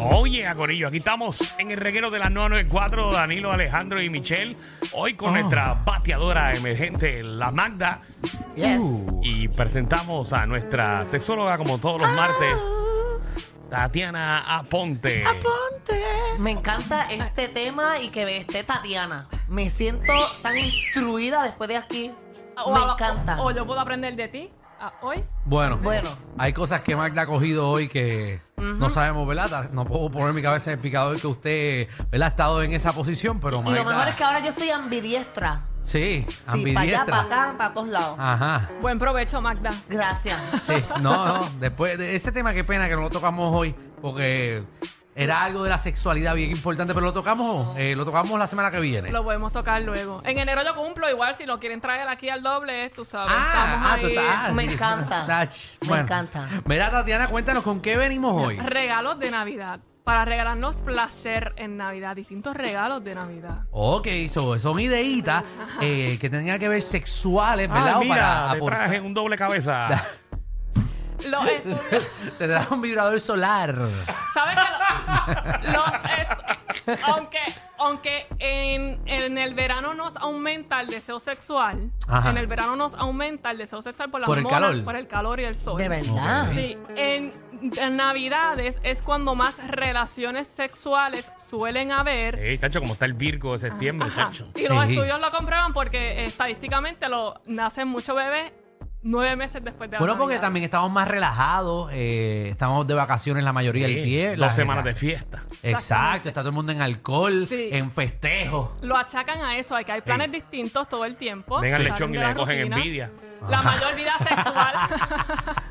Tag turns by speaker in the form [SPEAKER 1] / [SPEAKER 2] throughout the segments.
[SPEAKER 1] Oye, Corillo, aquí estamos en el reguero de la 994, Danilo, Alejandro y Michelle. Hoy con nuestra bateadora emergente, la Magda. Y presentamos a nuestra sexóloga, como todos los martes, Tatiana Aponte.
[SPEAKER 2] Me encanta este tema y que esté Tatiana. Me siento tan instruida después de aquí.
[SPEAKER 3] O-
[SPEAKER 2] Me
[SPEAKER 3] o-
[SPEAKER 2] encanta.
[SPEAKER 3] O, yo puedo aprender de ti ah, hoy.
[SPEAKER 4] Bueno,
[SPEAKER 2] Bueno.
[SPEAKER 4] hay cosas que Magda ha cogido hoy que no sabemos, ¿verdad? No puedo poner mi cabeza en el picador que usted, ¿verdad? Ha estado en esa posición, pero
[SPEAKER 2] Y
[SPEAKER 4] Magda...
[SPEAKER 2] lo mejor es que ahora yo soy ambidiestra.
[SPEAKER 4] Sí,
[SPEAKER 2] Sí, para allá,
[SPEAKER 4] ambidiestra. Ah.
[SPEAKER 2] para acá, para todos lados.
[SPEAKER 4] Ajá.
[SPEAKER 3] Buen provecho, Magda.
[SPEAKER 2] Gracias.
[SPEAKER 4] Sí, no, no. Después de ese tema, qué pena que no lo tocamos hoy, porque era algo de la sexualidad bien importante, pero lo tocamos, eh, lo tocamos la semana que viene.
[SPEAKER 3] Lo podemos tocar luego. En enero yo cumplo, igual si lo quieren traer aquí al doble, tú sabes.
[SPEAKER 4] ah,
[SPEAKER 3] estamos
[SPEAKER 4] tú
[SPEAKER 3] ahí.
[SPEAKER 4] estás-
[SPEAKER 2] Me
[SPEAKER 4] sí.
[SPEAKER 2] encanta.
[SPEAKER 4] Tach.
[SPEAKER 2] Me encanta.
[SPEAKER 4] Mira, Tatiana, cuéntanos con qué venimos hoy.
[SPEAKER 3] Regalos de Navidad. Para regalarnos placer en Navidad. Distintos regalos de Navidad.
[SPEAKER 4] Ok, so, son ideitas eh, que tengan que ver sexuales, ¿verdad?
[SPEAKER 1] Ah,
[SPEAKER 4] O
[SPEAKER 1] mira,
[SPEAKER 4] para
[SPEAKER 1] te
[SPEAKER 4] aportar.
[SPEAKER 1] traje un doble cabeza.
[SPEAKER 3] Los estudios.
[SPEAKER 4] Te traje un vibrador solar.
[SPEAKER 3] ¿Sabes que lo- los est- aunque aunque en, en el verano nos aumenta el deseo sexual,
[SPEAKER 4] Ajá.
[SPEAKER 3] en el verano nos aumenta el deseo sexual por las
[SPEAKER 4] Por el
[SPEAKER 3] hormonas,
[SPEAKER 4] calor.
[SPEAKER 3] por el calor y el sol.
[SPEAKER 2] De verdad.
[SPEAKER 3] Sí, en, en Navidades es cuando más relaciones sexuales suelen haber.
[SPEAKER 1] Ey, Tacho, como está el Virgo de septiembre,
[SPEAKER 3] Ajá.
[SPEAKER 1] Tacho.
[SPEAKER 3] Y los
[SPEAKER 4] Sí.
[SPEAKER 3] estudios lo comprueban porque eh, estadísticamente lo nacen muchos bebés nueve meses después de la
[SPEAKER 4] Bueno, porque
[SPEAKER 3] Navidad.
[SPEAKER 4] también estamos más relajados, eh, estamos de vacaciones la mayoría del
[SPEAKER 1] Ey,
[SPEAKER 4] día.
[SPEAKER 1] dos
[SPEAKER 4] la-
[SPEAKER 1] semanas de fiesta.
[SPEAKER 4] Exacto, está todo el mundo en alcohol,
[SPEAKER 3] Sí.
[SPEAKER 4] en festejos.
[SPEAKER 3] Lo achacan a eso, a que hay planes
[SPEAKER 1] Sí.
[SPEAKER 3] distintos todo el tiempo.
[SPEAKER 1] Venga,
[SPEAKER 3] Salen
[SPEAKER 1] lechón y
[SPEAKER 3] de Oh, la
[SPEAKER 1] le cogen
[SPEAKER 3] rutina.
[SPEAKER 1] envidia. Ah.
[SPEAKER 3] La mayor vida sexual.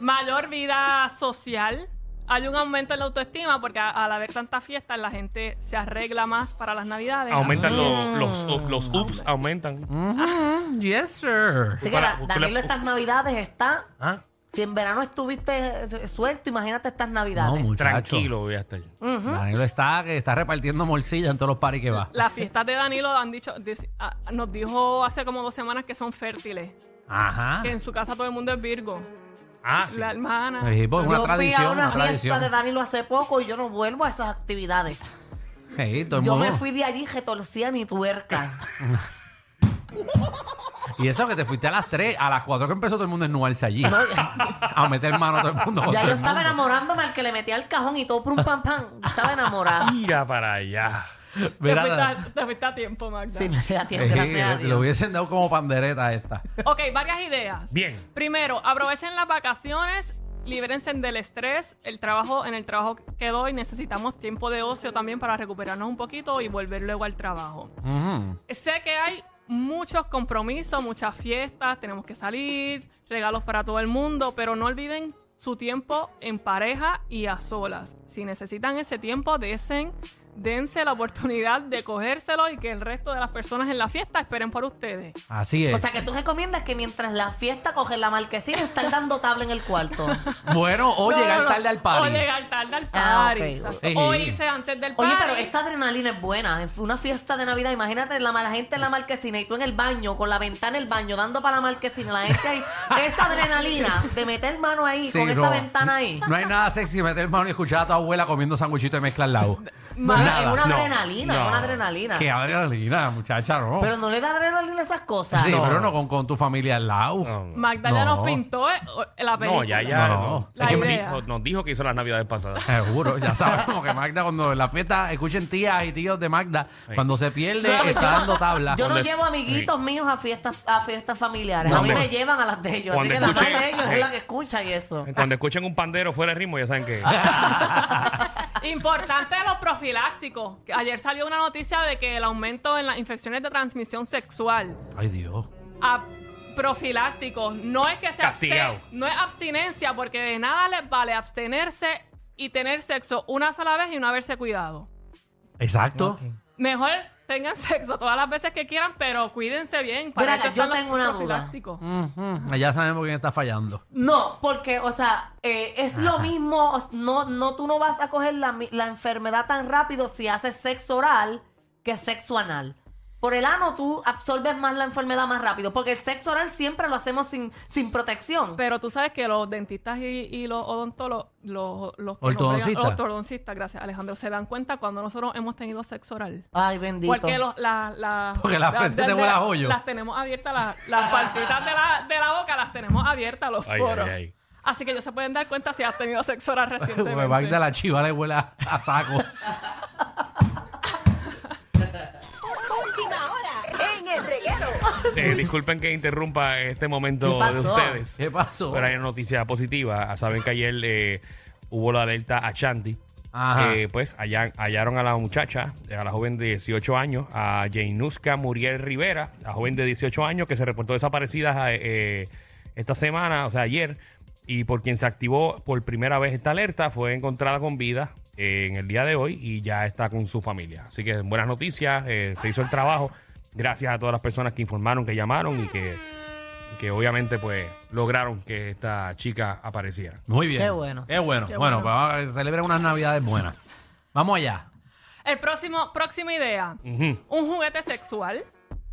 [SPEAKER 3] mayor vida social. Hay un aumento en la autoestima porque a- al haber tantas fiestas la gente se arregla más para las navidades.
[SPEAKER 1] Aumentan
[SPEAKER 3] Así-
[SPEAKER 1] los, los, los ups, aumentan.
[SPEAKER 4] Mm. Yes, sir.
[SPEAKER 2] Así que
[SPEAKER 1] Para-
[SPEAKER 2] Da- Danilo, estas navidades está.
[SPEAKER 1] Ah,
[SPEAKER 2] Si en verano estuviste eh, suelto, imagínate estas
[SPEAKER 4] No,
[SPEAKER 2] navidades.
[SPEAKER 4] muchacho.
[SPEAKER 1] tranquilo, voy a estar.
[SPEAKER 4] Danilo está, que está repartiendo morcilla en todos los paris que va.
[SPEAKER 3] Las fiestas de Danilo han dicho, dis- ah, nos dijo hace como dos semanas que son fértiles.
[SPEAKER 4] Ajá.
[SPEAKER 3] Que en su casa todo el mundo es Virgo.
[SPEAKER 1] Ah, sí.
[SPEAKER 3] La hermana.
[SPEAKER 4] Sí, pues, una
[SPEAKER 2] yo
[SPEAKER 4] tradición,
[SPEAKER 2] fui a una,
[SPEAKER 4] una
[SPEAKER 2] fiesta
[SPEAKER 4] tradición. Pues
[SPEAKER 2] de Danilo hace poco y yo no vuelvo a esas actividades.
[SPEAKER 4] Sí, todo el
[SPEAKER 2] Yo me
[SPEAKER 4] mundo.
[SPEAKER 2] fui de allí retorcida ni tuerca.
[SPEAKER 4] Y eso que te fuiste a las 3, a las 4 que empezó todo el mundo a ennuarse allí. a meter mano a todo el mundo. con
[SPEAKER 2] Ya
[SPEAKER 4] todo
[SPEAKER 2] yo
[SPEAKER 4] el
[SPEAKER 2] estaba
[SPEAKER 4] mundo.
[SPEAKER 2] enamorándome al que le metía el cajón y todo por un pan pan. Estaba enamorada.
[SPEAKER 1] Mira para allá.
[SPEAKER 3] Te
[SPEAKER 4] Mira,
[SPEAKER 3] fuiste, a, te fuiste a tiempo, Magda.
[SPEAKER 2] Sí, me fui a ti,
[SPEAKER 4] eh,
[SPEAKER 2] gracias a
[SPEAKER 4] Lo
[SPEAKER 2] Dios.
[SPEAKER 4] hubiesen dado como pandereta a esta.
[SPEAKER 3] Ok, varias ideas.
[SPEAKER 1] Bien.
[SPEAKER 3] Primero, aprovechen las vacaciones, libérense del estrés, el trabajo, en el trabajo que doy necesitamos tiempo de ocio también para recuperarnos un poquito y volver luego al trabajo.
[SPEAKER 4] Ujú.
[SPEAKER 3] Sé que hay muchos compromisos, muchas fiestas, tenemos que salir, regalos para todo el mundo, pero no olviden su tiempo en pareja y a solas. Si necesitan ese tiempo, desen- dense la oportunidad de cogérselo y que el resto de las personas en la fiesta esperen por ustedes.
[SPEAKER 4] Así es.
[SPEAKER 2] O sea que tú recomiendas que mientras la fiesta coge la marquesina estar dando tabla en el cuarto.
[SPEAKER 4] bueno, o
[SPEAKER 3] No,
[SPEAKER 4] llegar
[SPEAKER 3] no, no.
[SPEAKER 4] tarde al party.
[SPEAKER 3] O llegar tarde al
[SPEAKER 2] Ah,
[SPEAKER 3] party.
[SPEAKER 2] ok.
[SPEAKER 3] exacto.
[SPEAKER 4] Ey.
[SPEAKER 3] O irse antes del party.
[SPEAKER 2] Oye, pero esa adrenalina es buena. En una fiesta de Navidad, imagínate la, la gente en la marquesina y tú en el baño, con la ventana en el baño, dando para la marquesina. La gente ahí, esa adrenalina de meter mano ahí,
[SPEAKER 4] Sí,
[SPEAKER 2] con
[SPEAKER 4] no.
[SPEAKER 2] esa ventana ahí.
[SPEAKER 4] No hay nada sexy meter mano y escuchar a tu abuela comiendo sanguchito de mezcla al lado.
[SPEAKER 2] Mano,
[SPEAKER 4] nada.
[SPEAKER 2] es una
[SPEAKER 1] no,
[SPEAKER 2] adrenalina,
[SPEAKER 1] no.
[SPEAKER 2] es una adrenalina.
[SPEAKER 4] Qué adrenalina, muchacha, no.
[SPEAKER 2] Pero no le da adrenalina a esas cosas.
[SPEAKER 4] sí,
[SPEAKER 1] No.
[SPEAKER 4] pero no con, con tu familia al lado.
[SPEAKER 1] No, no.
[SPEAKER 3] Magda ya
[SPEAKER 4] No.
[SPEAKER 3] nos pintó eh, la
[SPEAKER 1] No,
[SPEAKER 3] película.
[SPEAKER 1] ya, ya.
[SPEAKER 4] No.
[SPEAKER 1] no.
[SPEAKER 3] La
[SPEAKER 1] Es que me
[SPEAKER 3] idea.
[SPEAKER 1] dijo- nos dijo que hizo las navidades pasadas.
[SPEAKER 4] Seguro, ya sabemos que Magda cuando en la fiesta escuchen tías y tíos de Magda,
[SPEAKER 1] Sí.
[SPEAKER 4] cuando se pierde
[SPEAKER 2] No, yo
[SPEAKER 4] está
[SPEAKER 2] no-
[SPEAKER 4] dando tabla.
[SPEAKER 2] Yo no
[SPEAKER 1] Cuando-
[SPEAKER 2] llevo amiguitos míos a fiestas, a fiestas familiares. A mí
[SPEAKER 1] Cuando-
[SPEAKER 2] me llevan a las de ellos. Así
[SPEAKER 1] cuando
[SPEAKER 2] que la más
[SPEAKER 1] escuché-
[SPEAKER 2] de ellos
[SPEAKER 1] eh.
[SPEAKER 2] es la que escucha y eso.
[SPEAKER 1] Cuando escuchen un pandero fuera de ritmo, ya saben que.
[SPEAKER 3] Importante los profilácticos. Que Ayer salió una noticia de que el aumento en las infecciones de transmisión sexual
[SPEAKER 4] Ay, Dios.
[SPEAKER 3] a profilácticos no es que sea
[SPEAKER 1] Castigado.
[SPEAKER 3] no es abstinencia porque de nada les vale abstenerse y tener sexo una sola vez y no haberse cuidado.
[SPEAKER 4] Exacto.
[SPEAKER 3] Mejor tengan sexo todas las veces que quieran, pero cuídense bien.
[SPEAKER 2] Mira
[SPEAKER 3] Para
[SPEAKER 2] acá,
[SPEAKER 3] eso
[SPEAKER 2] yo
[SPEAKER 3] están los
[SPEAKER 2] tengo una duda.
[SPEAKER 3] profilácticos.
[SPEAKER 4] Ujú, Ya sabemos quién está fallando.
[SPEAKER 2] No, porque, o sea, eh, es lo mismo, o s- no, no, tú no vas a coger la, mi- la enfermedad tan rápido si haces sexo oral que sexo anal. Por el ano tú absorbes más la enfermedad más rápido, porque el sexo oral siempre lo hacemos sin, sin protección.
[SPEAKER 3] Pero tú sabes que los dentistas y, y los odontólogos, los, los que nos
[SPEAKER 4] Ortodoncistas.
[SPEAKER 3] bregan- ortodoncistas, gracias Alejandro, se dan cuenta cuando nosotros hemos tenido sexo oral.
[SPEAKER 2] Ay, bendito.
[SPEAKER 3] Porque los- la- la-
[SPEAKER 4] Porque la frente te huele a hoyo.
[SPEAKER 3] Las tenemos abiertas, las, las partitas de la, de la boca las tenemos abiertas, los
[SPEAKER 1] Ay,
[SPEAKER 3] poros.
[SPEAKER 1] ay, ay.
[SPEAKER 3] Así que ellos se pueden dar cuenta si has tenido sexo oral recientemente.
[SPEAKER 4] Porque Pues, Magda la chiva le huele a, a saco.
[SPEAKER 1] Eh, disculpen que interrumpa este
[SPEAKER 2] ¿Qué
[SPEAKER 1] momento
[SPEAKER 2] pasó?
[SPEAKER 1] de ustedes.
[SPEAKER 4] ¿Qué pasó?
[SPEAKER 1] Pero hay una noticia positiva. Saben que ayer eh, hubo la alerta a Chanti.
[SPEAKER 4] Ajá.
[SPEAKER 1] Eh, pues hallan- hallaron a la muchacha, eh, a la joven de 18 años, a Jainuska Muriel Rivera, la joven de 18 años que se reportó desaparecida eh, eh, esta semana, o sea, ayer, y por quien se activó por primera vez esta alerta, fue encontrada con vida eh, en el día de hoy y ya está con su familia. Así que buenas noticias, eh, se hizo el trabajo. Gracias a todas las personas que informaron, que llamaron y que que obviamente pues lograron que esta chica apareciera.
[SPEAKER 4] Muy bien.
[SPEAKER 2] Qué bueno.
[SPEAKER 4] Qué bueno.
[SPEAKER 3] Qué
[SPEAKER 4] bueno,
[SPEAKER 3] bueno.
[SPEAKER 4] pues vamos a celebrar unas navidades buenas. Vamos allá.
[SPEAKER 3] El próximo, próxima idea.
[SPEAKER 1] Ujú.
[SPEAKER 3] Un juguete sexual.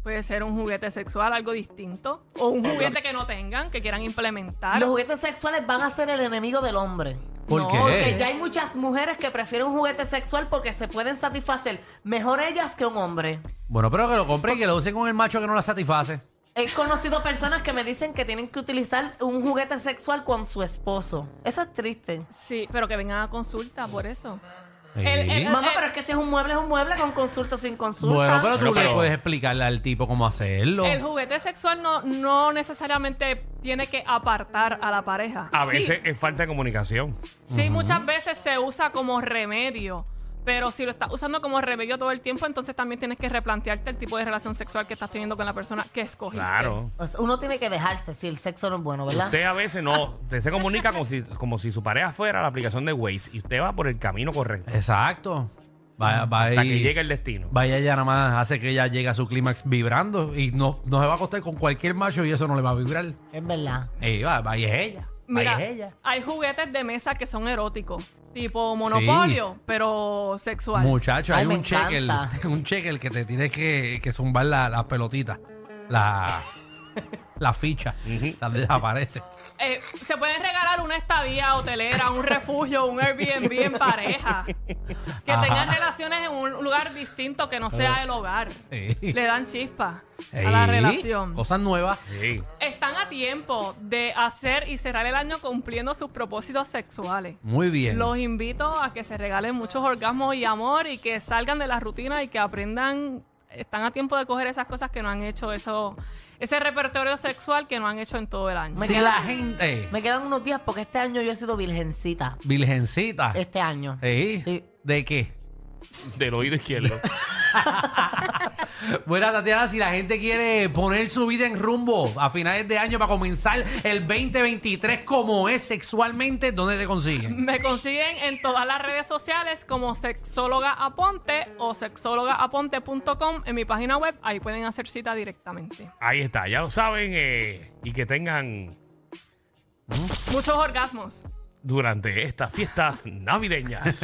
[SPEAKER 3] Puede ser un juguete sexual, algo distinto. O un juguete que no tengan, que quieran implementar.
[SPEAKER 2] Los juguetes sexuales van a ser el enemigo del hombre.
[SPEAKER 4] ¿Por
[SPEAKER 3] No,
[SPEAKER 4] qué?
[SPEAKER 2] Porque ya hay muchas mujeres que prefieren un juguete sexual porque se pueden satisfacer mejor ellas que un hombre.
[SPEAKER 4] Bueno, pero que lo compren y que lo usen con el macho que no la satisface.
[SPEAKER 2] He conocido personas que me dicen que tienen que utilizar un juguete sexual con su esposo. Eso es triste.
[SPEAKER 3] Sí, pero que vengan a consulta por eso.
[SPEAKER 4] Sí.
[SPEAKER 3] El- el-
[SPEAKER 2] Mamá,
[SPEAKER 3] eh.
[SPEAKER 2] pero es que si es un mueble, es un mueble con consulta o sin consulta.
[SPEAKER 4] Bueno, pero tú
[SPEAKER 1] Bueno,
[SPEAKER 4] le
[SPEAKER 1] pero-
[SPEAKER 4] puedes explicarle al tipo cómo hacerlo.
[SPEAKER 3] El juguete sexual no, no necesariamente tiene que apartar a la pareja.
[SPEAKER 1] A
[SPEAKER 3] Sí,
[SPEAKER 1] veces es falta de comunicación.
[SPEAKER 3] Sí, muchas veces se usa como remedio. Pero si lo estás usando como remedio todo el tiempo, entonces también tienes que replantearte el tipo de relación sexual que estás teniendo con la persona que escogiste.
[SPEAKER 1] Claro.
[SPEAKER 2] O sea, uno tiene que dejarse si el sexo no es bueno, ¿verdad?
[SPEAKER 1] Usted a veces no usted se comunica como si, como si su pareja fuera la aplicación de Waze y usted va por el camino correcto
[SPEAKER 4] Exacto. Vaya, vaya,
[SPEAKER 1] hasta que llegue el destino.
[SPEAKER 4] vaya ya nada más hace que ella llegue a su clímax vibrando y no, no se va a acostar con cualquier macho y eso no le va a vibrar.
[SPEAKER 2] Es verdad.
[SPEAKER 4] Eh, va, vaya es ella.
[SPEAKER 3] Mira,
[SPEAKER 4] Vaya es ella.
[SPEAKER 3] hay juguetes de mesa que son eróticos, tipo Monopolio, pero sexual.
[SPEAKER 4] Muchacho,
[SPEAKER 2] Ay,
[SPEAKER 4] hay
[SPEAKER 2] me
[SPEAKER 4] un cheque,
[SPEAKER 2] encanta.
[SPEAKER 4] un cheque que te tienes que, que zumbar la- las pelotitas, la, la ficha, las desaparece.
[SPEAKER 3] Eh, se pueden regalar una estadía hotelera, un refugio, un Airbnb en pareja. Que
[SPEAKER 4] Ajá.
[SPEAKER 3] tengan relaciones en un lugar distinto que no sea el hogar.
[SPEAKER 4] Sí.
[SPEAKER 3] Le dan chispa a la
[SPEAKER 4] Ey,
[SPEAKER 3] relación.
[SPEAKER 4] Cosas nuevas.
[SPEAKER 1] Sí.
[SPEAKER 3] Están a tiempo de hacer y cerrar el año cumpliendo sus propósitos sexuales.
[SPEAKER 4] Muy bien.
[SPEAKER 3] Los invito a que se regalen muchos orgasmos y amor y que salgan de la rutina y que aprendan. Están a tiempo de coger esas cosas que no han hecho, eso, ese repertorio sexual que no han hecho en todo el año.
[SPEAKER 2] Me
[SPEAKER 4] si
[SPEAKER 2] queda-
[SPEAKER 4] la gente,
[SPEAKER 2] Me quedan unos días porque este año yo he sido virgencita.
[SPEAKER 4] virgencita,
[SPEAKER 2] Este año.
[SPEAKER 4] ey,
[SPEAKER 2] Sí.
[SPEAKER 4] ¿de qué?
[SPEAKER 1] Del oído izquierdo.
[SPEAKER 4] Bueno, Tatiana, si la gente quiere poner su vida en rumbo a finales de año para comenzar el 2023 como es sexualmente, ¿dónde te consiguen?
[SPEAKER 3] Me consiguen en todas las redes sociales como sexóloga aponte o sexólogaaponte.com en mi página web. Ahí pueden hacer cita directamente.
[SPEAKER 1] Ahí está, ya lo saben eh, y que tengan
[SPEAKER 3] Muchos orgasmos.
[SPEAKER 1] durante estas fiestas navideñas.